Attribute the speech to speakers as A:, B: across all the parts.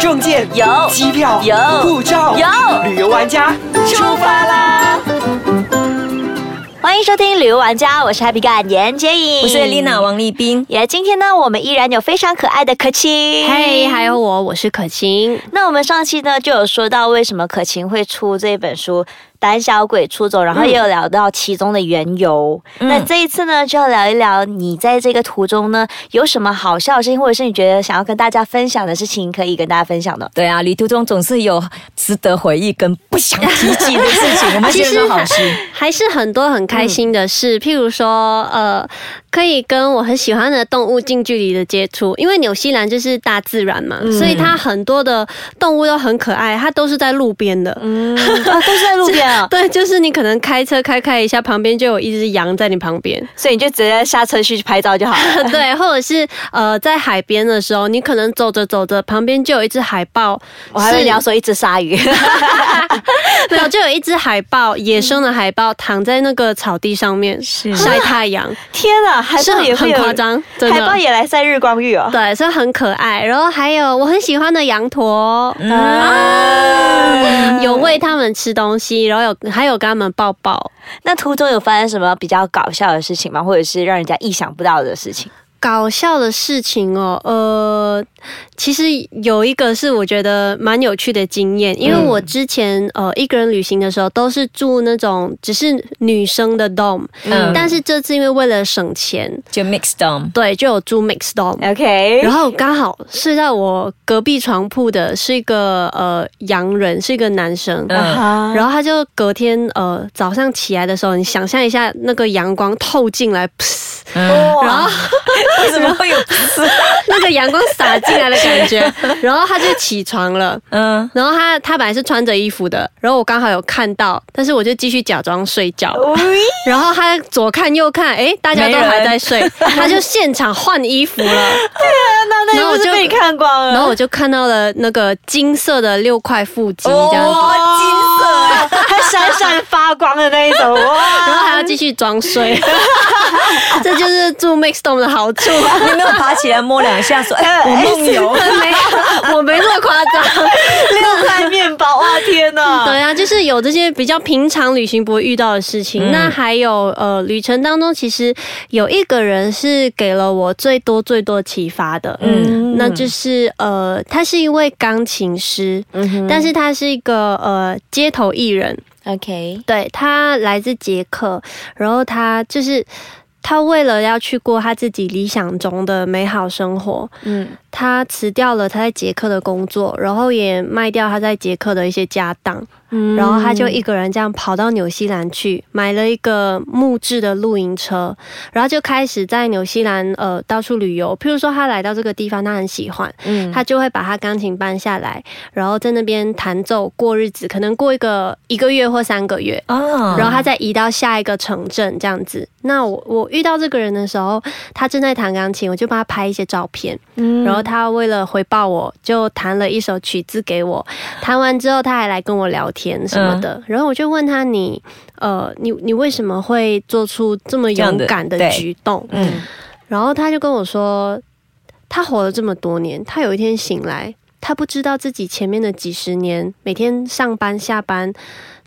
A: 证件
B: 有
A: 机票
B: 有
A: 护照
B: 有
A: 旅游玩家出发啦！
B: 欢迎收听《旅游玩家》，我是 Happy 干严洁颖，
C: 我是 Lina 王立斌。
B: 也今天呢，我们依然有非常可爱的可晴。
D: 嘿
C: 嗯
D: 还有我，我是可晴。
B: 那我们上期呢就有说到为什么可晴会出这本书《胆小鬼出走》，然后也有聊到其中的缘由。那这一次呢，就要聊一聊你在这个途中呢有什么好笑的事情，或者是你觉得想要跟大家分享的事情，可以跟大家分享的。
C: 对啊，旅途中总是有值得回忆跟不想提及的事情，我们现在都好心。
D: 还是很多很
B: 嗯
D: 开心的事，譬如说，呃，可以跟我很喜欢的动物近距离的接触，因为纽西兰就是大自然嘛，
B: 嗯
D: 所以它很多的动物都很可爱，它都是在路边的。，
B: 嗯，啊，都是在路边啊
D: 对，就是你可能开车开开一下，旁边就有一只羊在你旁边。
B: 所以你就直接下车去拍照就好了。
D: 对，或者是呃，在海边的时候，你可能走着走着，旁边就有一只海豹，
B: 我哦还以为
D: 是
B: 你要说一只鲨鱼。
D: 然后就有一只海豹，野生的海
B: 嗯
D: 豹躺在那个草地上面
C: 是
D: 晒太阳，
B: 天啊，海
D: 是
B: 豹也
D: 很
B: 会
D: 很
B: 有
D: 夸，张，真
B: 海豹
D: 的。
B: 也来晒日光浴哦。
D: 对，所以很可爱。然后还有我很喜欢的羊驼，
B: 啊
D: 有喂它们吃东西，然后有还有跟它们抱抱。
B: 那途中有发生什么比较搞笑的事情吗？或者是让人家意想不到的事情？
D: 搞笑的事情哦，呃，其实有一个是我觉得蛮有趣的经验，
B: 嗯
D: 因为我之前、呃一个人旅行的时候都是住那种只是女生的 dom，、
C: 嗯，但
D: 但是这次因为为了省钱，
C: 就 mixed down。
D: 对，就有住 mix dom。
B: OK，
D: 然后刚好睡在我隔壁床铺的是一个呃洋人，是一个男生。
C: 嗯，
B: 啊
D: 然后他就隔天呃早上起来的时候，你想象一下那个阳光透进来，噗
C: 嗯
B: 然后
C: 为什么会有事？
D: 那个阳光洒进来的感觉。然后他就起床了，
C: 嗯，
D: 然后他他本来是穿着衣服的，然后我刚好有看到，但是我就继续假装睡觉。然后他左看右看，诶，大家
C: 没
D: 都
C: 人
D: 还在睡，他就现场换衣服了。
B: 那那
D: 然
B: 那
D: 后我
B: 不是
D: 就
B: 被你看光了？
D: 然后我就看到了那个金色的六块腹肌这样子。
B: 哦哇，金色，还 闪闪发光的那一种，
D: 然后
B: 哇！
D: 还要继续装 睡，这就是住 Mix Dome 的好 处。
C: 你没有爬起来摸两下说，哎，我梦游。
D: 没有，我没这么夸张。
B: 六块面包，哇天哪！
D: 对啊，就是有这些比较平常旅行不会遇到的事情。
C: 嗯
D: 那还有呃，旅程当中其实有一个人是给了我最多最多启发的，
C: 嗯
D: 嗯，那就是呃，他是一位钢琴师，但是他是一个呃街头艺人，
B: ，OK，
D: 对他来自捷克，然后他就是他为了要去过他自己理想中的美好生活，
B: 嗯，
D: 他辞掉了他在捷克的工作，然后也卖掉他在捷克的一些家当，然后他就一个人这样跑到纽西兰去，买了一个木质的露营车，然后就开始在纽西兰呃到处旅游。譬如说他来到这个地方，他很喜欢，
B: 嗯
D: 他就会把他钢琴搬下来，然后在那边弹奏过日子，可能过一个一个月或三个月。
C: 啊
D: 然后他再移到下一个城镇这样子。那我我遇到这个人的时候，他正在弹钢琴，我就帮他拍一些照片。然后他为了回报我，就弹了一首曲子给我。弹完之后，他还来跟我聊天什么的。然后我就问他你。呃，你你为什么会做出这么
C: 这样
D: 勇
C: 的
D: 敢的
C: 对
D: 举动？
C: 嗯
D: 然后他就跟我说，他活了这么多年，他有一天醒来，他不知道自己前面的几十年每天上班下班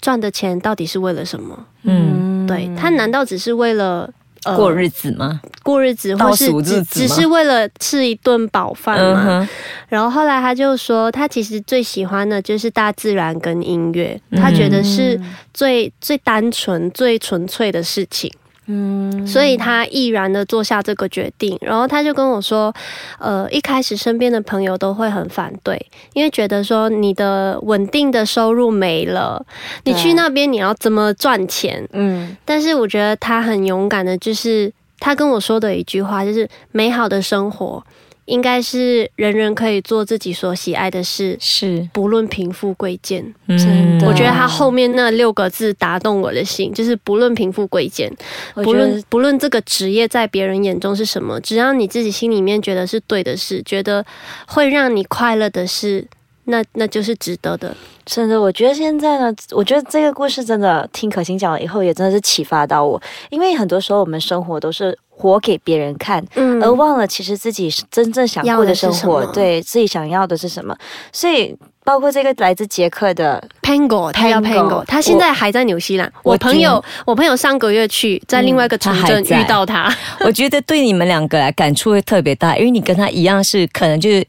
D: 赚的钱到底是为了什么。
C: 嗯，
D: 对他难道只是为了、呃
C: 过日子吗？
D: 过日子，
C: 倒
D: 或是
C: 数日
D: 只
C: 子吗
D: 只是为了吃一顿饱饭
C: 嗯
D: 吗？
C: 哼，
D: 然后后来他就说，他其实最喜欢的就是大自然跟音乐，
C: 嗯
D: 他觉得是最最单纯、最纯粹的事情。嗯，所以他毅然的做下这个决定，然后他就跟我说，呃，一开始身边的朋友都会很反对，因为觉得说你的稳定的收入没了，你
B: 对
D: 去那边你要怎么赚钱？
B: 嗯，
D: 但是我觉得他很勇敢的，就是他跟我说的一句话，就是美好的生活应该是人人可以做自己所喜爱的事，
C: 是，
D: 不论贫富贵贱。
C: 嗯
B: 真的
D: 我觉得他后面那六个字打动我的心，就是不论贫富贵贱，
B: 我
D: 不
B: 觉得
D: 论不论这个职业在别人眼中是什么，只要你自己心里面觉得是对的事，觉得会让你快乐的事，那那就是值得的。
B: 真的，我觉得现在呢，我觉得这个故事真的听可心讲了以后，也真的是启发到我，因为很多时候我们生活都是活给别人看，
D: 嗯
B: 而忘了其实自己是真正想过的生活
D: 要的是什，么
B: 对自己想要的是什么。所以包括这个来自捷克的，
D: Pango，他叫
B: Pango
D: Pango，他现在还在纽西兰。
C: 我
D: 我朋友，我朋友上个月去，在另外一个城镇
C: 嗯他还在
D: 遇到他，
C: 我觉得对你们两个来感触会特别大，因为你跟他一样是可能就是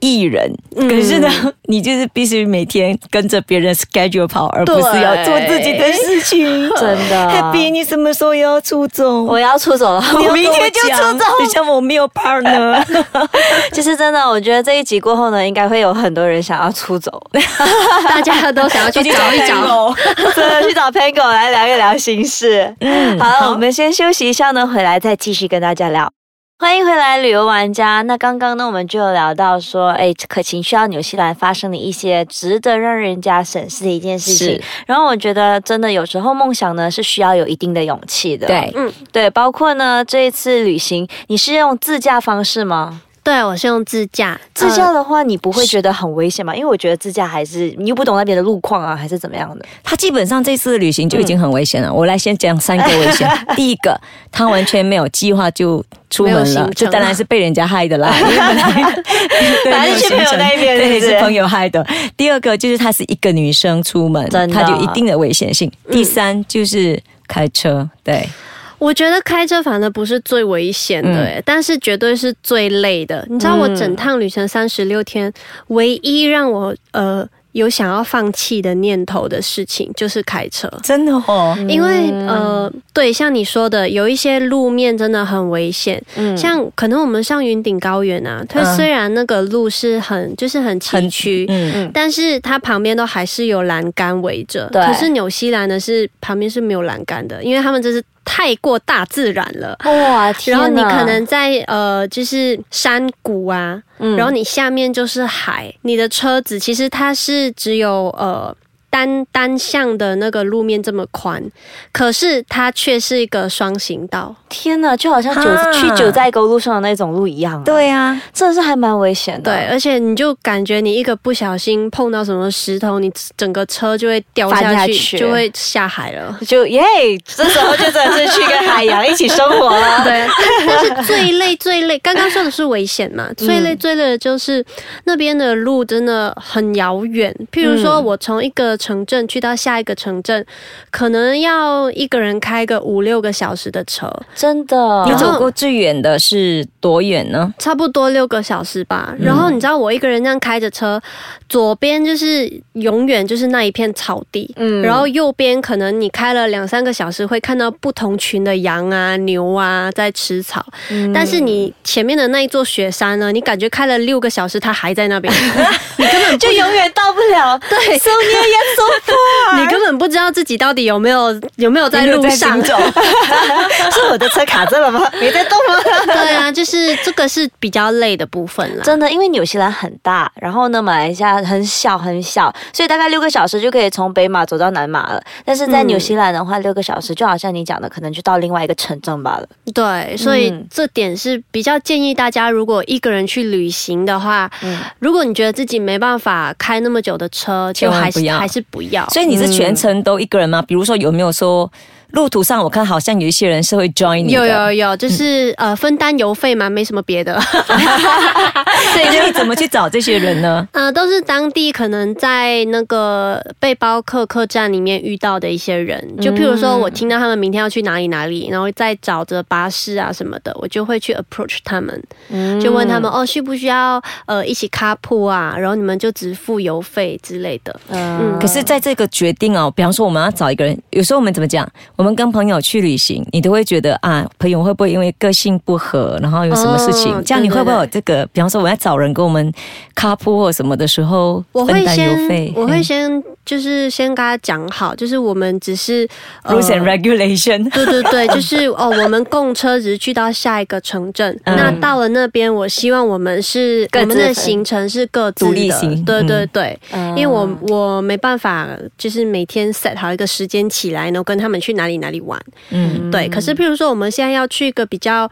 C: 艺人，可是呢，你就是必须每天跟着别人 schedule 跑，而不是要做自己的事情。
B: 真的
C: Happy，你什么时候要出走？
B: 我要出走了，
C: 你要 跟
B: 我明
C: 我
B: 天就
C: 讲
B: 出走。
C: 等一下我没有 partner，
B: 其实真的，我觉得这一集过后呢，应该会有很多人想要出走，
D: 大家都想 要去找一找。
C: 找。
B: 真的去找 Pango 来聊一聊心事。嗯，好了，我们先休息一下呢，回来再继续跟大家聊。欢迎回来，旅游玩家。那刚刚呢，我们就有聊到说，哎，可晴去到纽西兰发生了一些值得让人家审视的一件事情
C: 是。
B: 然后我觉得，真的有时候梦想呢是需要有一定的勇气的。嗯
C: 对，
B: 对，包括呢这一次旅行，你是用自驾方式吗？
D: 对，我是用自驾，
B: 自驾
D: 呃
B: 的话，你不会觉得很危险吗？因为我觉得自驾还是你又不懂那边的路况啊，还是怎么样的。
C: 他基本上这次的旅行就已经很危险
B: 嗯
C: 了。我来先讲三个危 险。第一个，他完全没有计划就出
D: 没有
C: 门
D: 行
C: 了
B: 啊
D: 程，
C: 就当然是被人家害的啦。 因为本来对
B: 本来
C: 没有
B: 是去
C: 行
B: 朋友
C: 程
B: 那一边
C: 对，
B: 是不是
C: 是朋友害的。第二个就是她是一个女生出门
B: 真，的嗯
C: 她就有一定的危险性。第三就是开车，对，
D: 我觉得开车反而不是最危险的、
C: 嗯
D: 欸但是绝对是最累的。你知道我整趟旅程三十六天，唯一让我呃有想要放弃的念头的事情就是开车。
C: 真的哦。
D: 因为呃，对，像你说的，有一些路面真的很危险，
B: 嗯
D: 像可能我们上云顶高原啊，它
C: 嗯
D: 虽然那个路是很就是很崎岖，
C: 嗯，
D: 但是它旁边都还是有栏杆围着。
B: 对
D: 可是纽西兰的是旁边是没有栏杆的，因为他们这是太过大自然了。
B: 哇，天
D: 然后你
B: 哪
D: 可能在呃，就是山谷啊，
B: 嗯
D: 然后你下面就是海，你的车子其实它是只有呃单单向的那个路面这么宽，可是它却是一个双行道。
B: 天哪，就好像九
C: 啊
B: 去九寨沟路上的那种路一样、，
C: 对啊，
B: 真的是还蛮危险的。
D: 对，，而且你就感觉你一个不小心碰到什么石头，你整个车就会掉
B: 翻
D: 下
B: 下
D: 去，
B: 去
D: 就会下 海了。
B: 就耶，这时候就真的是去跟海洋一起生活了。
D: 对，但是最累最累，刚刚说的是危险嘛，
B: 嗯
D: 最累最累的就是那边的路真的很遥远。譬如说，我从一个城镇去到下一个城镇，可能要一个人开个五六个小时的车，
B: 真的，
C: 你
D: 然后
C: 走过最远的是多远呢？
D: 差不多六个小时吧。
C: 嗯
D: 然后你知道，我一个人这样开着车，左边就是永远就是那一片草地，
B: 嗯
D: 然后右边可能你开了两三个小时，会看到不同群的羊啊、牛啊在吃草，
C: 嗯
D: 但是你前面的那一座雪山呢，你感觉开了六个小时，它还在那 边，你根本
B: 就永远到不 了。
D: 对
B: So near yet so far，
D: 你根本不知道自己到底有没有有没有在
C: 有没有
D: 路
C: 在
D: 上
C: 行。走
B: 是我的车卡着了吗？没在动吗？
D: 对啊，就是这个是比较累的部分啦。
B: 真的，因为纽西兰很大，然后呢，马来西亚很小很小，所以大概六个小时就可以从北马走到南马了。但是在
D: 嗯
B: 纽西兰的话，六个小时就好像你讲的，可能就到另外一个城镇罢了。
D: 对，所以
B: 嗯
D: 这点是比较建议大家，如果一个人去旅行的话，
B: 嗯
D: 如果你觉得自己没办法开那么久的车，就
C: 千万
D: 还
C: 不
D: 是
C: 要
D: 还是不要。
C: 所以你是全程都一个人吗？
D: 嗯
C: 比如说有没有说路途上我看好像有一些人是会 join 你的，
D: 有 有有，就是、呃，分担油费嘛，没什么别的。
C: 可是你怎么去找这些人 呢？
D: 呃，都是当地可能在那个背包客客栈里面遇到的一些人，
C: 嗯
D: 就譬如说我听到他们明天要去哪里哪里，然后再找着巴士啊什么的，我就会去 approach 他们，
C: 嗯
D: 就问他们哦需不需要呃一起 carpool 啊，然后你们就只付油费之类的。
C: 呃
B: 嗯，
C: 可是，在这个决定哦，比方说我们要找一个人，有时候我们怎么讲？我们跟朋友去旅行，你都会觉得啊，朋友会不会因为个性不合，然后有什么事情？
D: 哦
C: 这样你
D: 对对
C: 会不会有
D: 对
C: 这个？比方说我要找人跟我们 carpool 或什么的时候，
D: 我
C: 分
D: 会
C: 担
D: 先
C: 油费，，
D: 我会先就是先跟他讲好，就是我们只是 呃
C: rules and regulation。
D: 对对对，就是哦，我们共车只是去到下一个城镇，
C: 嗯
D: 那到了那边，我希望我们是
B: 各
D: 我
B: 自
D: 们的
B: 分
D: 行程是各自
C: 独立
D: 的
C: 行
D: 对
C: 嗯
D: 对对，因为我我没办法，就是每天 set 好一个时间起来，然后跟他们去哪里哪里玩，
C: 嗯，
D: 对。可是譬如说我们现在要去一个比较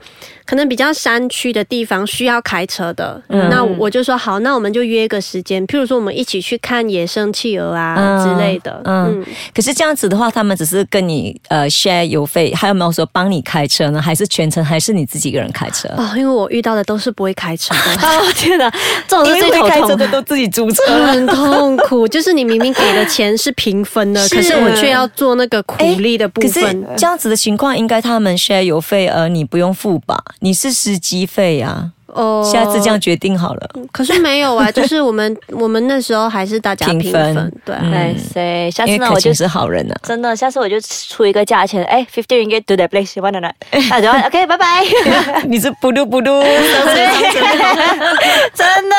D: 可能比较山区的地方，需要开车
C: 嗯
D: 的，那我就说好，那我们就约一个时间，譬如说我们一起去看野生企鹅啊，啊之类的。
C: 嗯
D: 嗯，
C: 可是这样子的话，他们只是跟你呃 share 油费，还有没有说帮你开车呢？还是全程还是你自己一个人开车？
D: 哦，因为我遇到的都是不会开车的。
B: 啊，天哪，这种是最头
C: 开车
B: 痛
C: 的
B: 的。
C: 都自己租车。
D: 很痛苦，就是你明明给的钱是平分的，
C: 是
D: 可是我却要做那个苦
C: 哎
D: 力的部
C: 可是
D: 分。
C: 这样子的情况，应该他们 share 油费，而你不用付吧？你是司机费啊，
D: 哦
C: 下次这样决定好了。
D: 可是没有啊，就是我们 我们那时候还是大家
C: 平
D: 平分，
C: 分
D: 对啊，
C: 嗯
B: 哎塞，下次
C: 因为
B: 呢
C: 可
B: 我就
C: 晴是好人啊。
B: 真的，下次我就出一个价钱，哎，fifty ringgit to that place you want or not？大家 OK，拜拜。
C: 你是不噜不噜。
B: 真的，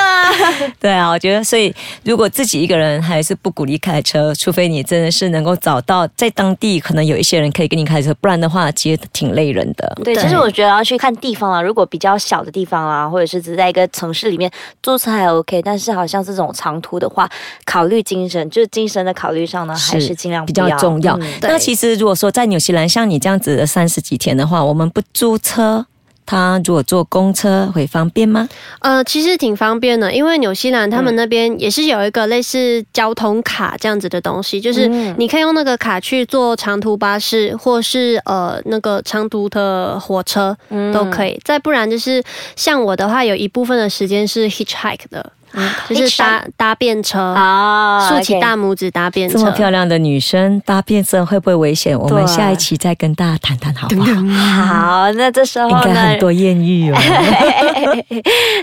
C: 对啊，我觉得，所以如果自己一个人还是不鼓励开车，除非你真的是能够找到在当地可能有一些人可以跟你开车，不然的话其实挺累人的。
B: 对，其实我觉得要去看地方啊，如果比较小的地方啊，或者是只是在一个城市里面租车还 OK，但是好像这种长途的话，考虑精神，就是精神的考虑上呢，还是尽量
C: 比
B: 不
C: 较重要。
B: 嗯
C: 那其实如果说在纽西兰像你这样子的三十几天的话，我们不租车，他如果坐公车会方便吗？
D: 呃，其实挺方便的，因为纽西兰他
C: 嗯
D: 们那边也是有一个类似交通卡这样子的东西，就是
C: 嗯
D: 你可以用那个卡去坐长途巴士或是呃那个长途的火车
B: 嗯
C: 嗯
D: 都可以。再不然就是像我的话，有一部分的时间是 hitchhike 的，
B: 嗯
D: 就是搭搭便车，
B: 啊，
D: 竖起
B: OK
D: 大拇指搭便
C: 这么
D: 车。
C: 漂亮的女生搭便车会不会危险？我们
B: 对
C: 下一期再跟大家谈谈好不好？应
B: 好，那这时候
C: 该
B: 呢
C: 很，多艳遇 哦。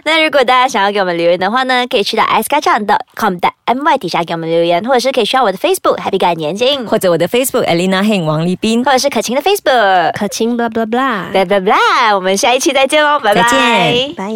B: 那如果大家想要给我们留言的话呢，可以去到 s k a c h a n com 的 my 底下给我们留言，或者是可以需要我的 Facebook Happy 感年金，或
C: 或者我的 Facebook Elena Heng 王立斌，
B: 者是可晴的 Facebook，
D: 可亲，blah blah blah。
B: blah blah blah，我们下一期再见喽，拜
C: 再
B: 拜
C: 见。
D: 拜。